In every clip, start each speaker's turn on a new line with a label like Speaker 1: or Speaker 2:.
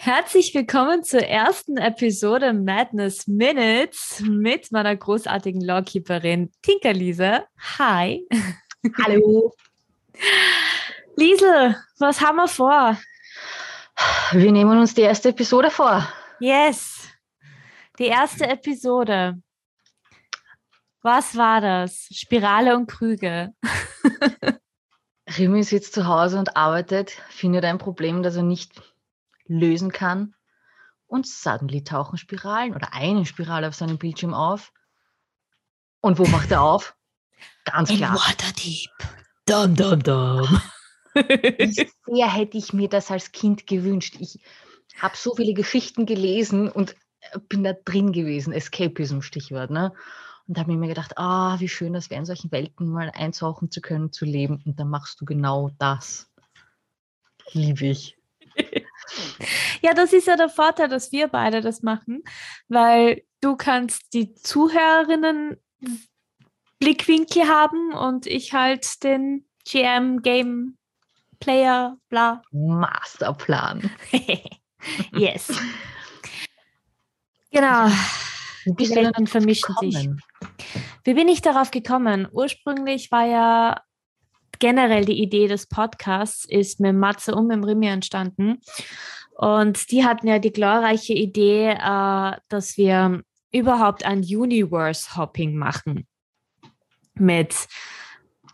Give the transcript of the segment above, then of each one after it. Speaker 1: Herzlich willkommen zur ersten Episode Madness Minutes mit meiner großartigen Lawkeeperin Tinkerliese. Hi.
Speaker 2: Hallo.
Speaker 1: Liesel, was haben wir vor?
Speaker 2: Wir nehmen uns die erste Episode vor.
Speaker 1: Yes. Die erste Episode. Was war das? Spirale und Krüge.
Speaker 2: Rimi sitzt zu Hause und arbeitet, findet ein Problem, das er nicht lösen kann. Und suddenly tauchen Spiralen oder eine Spirale auf seinem Bildschirm auf. Und wo macht er auf? Ganz klar.
Speaker 1: Waterdeep. Dum, dum, dum.
Speaker 2: Wie sehr hätte ich mir das als Kind gewünscht. Ich habe so viele Geschichten gelesen und äh, bin da drin gewesen. Escapism, Stichwort. Ne? Und habe mir immer gedacht, ah, wie schön das wäre, in solchen Welten mal eintauchen zu können, zu leben. Und dann machst du genau das. Liebe ich.
Speaker 1: Ja, das ist ja der Vorteil, dass wir beide das machen, weil du kannst die Zuhörerinnen Blickwinkel haben und ich halt den GM Game Player bla.
Speaker 2: Masterplan.
Speaker 1: yes. Genau.
Speaker 2: Wie
Speaker 1: Die Welten
Speaker 2: darauf
Speaker 1: vermischen sich.
Speaker 2: gekommen?
Speaker 1: Wie bin ich darauf gekommen? Ursprünglich war ja generell die Idee des Podcasts ist mit Matze und mit Rimi entstanden. Und die hatten ja die glorreiche Idee, äh, dass wir überhaupt ein Universe-Hopping machen mit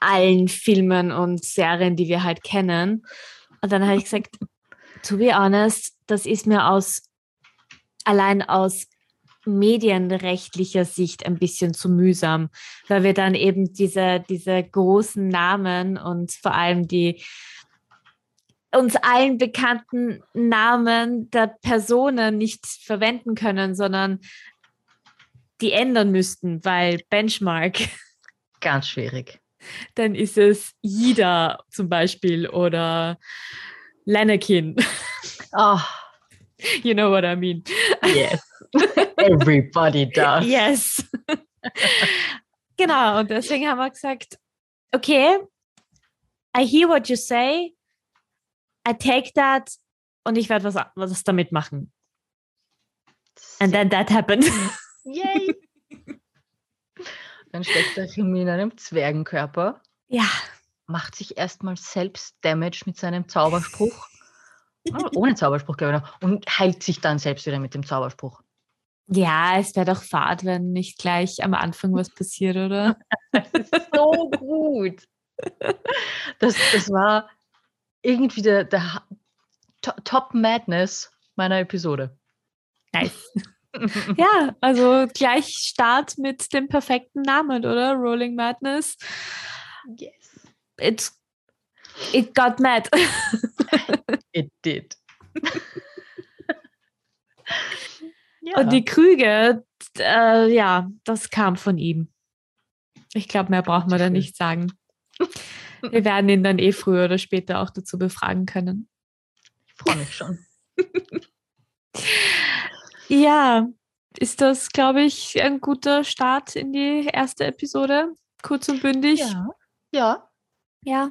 Speaker 1: allen Filmen und Serien, die wir halt kennen. Und dann habe ich gesagt, to be honest, das ist mir aus allein aus medienrechtlicher Sicht ein bisschen zu mühsam, weil wir dann eben diese, diese großen Namen und vor allem die uns allen bekannten Namen der Personen nicht verwenden können, sondern die ändern müssten, weil Benchmark,
Speaker 2: Ganz schwierig.
Speaker 1: dann ist es Ida zum Beispiel oder Lenekin.
Speaker 2: Ah,
Speaker 1: You know what I mean.
Speaker 2: yes. Everybody does.
Speaker 1: Yes. genau, und deswegen haben wir gesagt, okay, I hear what you say, I take that und ich werde was, was damit machen. And then that happened.
Speaker 2: Yay. Dann steckt der Remy in einem Zwergenkörper,
Speaker 1: ja,
Speaker 2: macht sich erstmal selbst Damage mit seinem Zauberspruch. Oh, Ohne Zauberspruch, glaube ich noch. Und heilt sich dann selbst wieder mit dem Zauberspruch.
Speaker 1: ja, es wäre doch fad, wenn nicht gleich am Anfang was passiert, oder?
Speaker 2: So gut. Das, das war irgendwie der, der Ha- To- Top Madness meiner Episode.
Speaker 1: Nice. Ja, also gleich Start mit dem perfekten Namen, oder? Rolling Madness.
Speaker 2: Yes.
Speaker 1: It's, it got mad.
Speaker 2: It did. ja.
Speaker 1: Und die Krüge, t- äh, ja, das kam von ihm. Ich glaube, mehr braucht man da
Speaker 2: Schön.
Speaker 1: nicht sagen. Wir werden ihn dann eh früher oder später auch dazu befragen können.
Speaker 2: ich freue mich schon.
Speaker 1: Ja, ist das, glaube ich, ein guter Start in die erste Episode? Kurz und bündig.
Speaker 2: Ja. ja.
Speaker 1: Ja,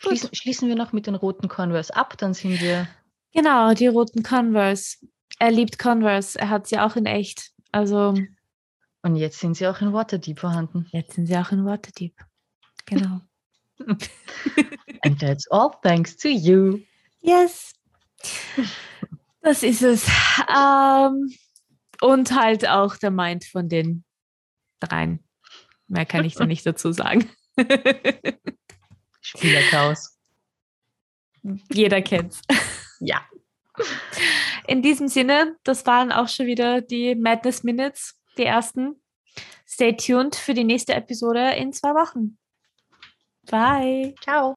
Speaker 1: Gut.
Speaker 2: Schließen, schließen wir noch mit den roten Converse ab, dann sind wir.
Speaker 1: genau, die roten Converse. Er liebt Converse. Er hat sie auch in echt. Also
Speaker 2: Und jetzt sind sie auch in Waterdeep vorhanden.
Speaker 1: jetzt sind sie auch in Waterdeep. Genau.
Speaker 2: And that's all thanks to you.
Speaker 1: Yes. Das ist es. Ähm, und halt auch der Mind von den dreien. Mehr kann ich da nicht dazu sagen.
Speaker 2: Spielerchaos.
Speaker 1: Jeder kennt's.
Speaker 2: Ja.
Speaker 1: In diesem Sinne, das waren auch schon wieder die Madness Minutes, die ersten. Stay tuned für die nächste Episode in zwei Wochen. Bye.
Speaker 2: Ciao.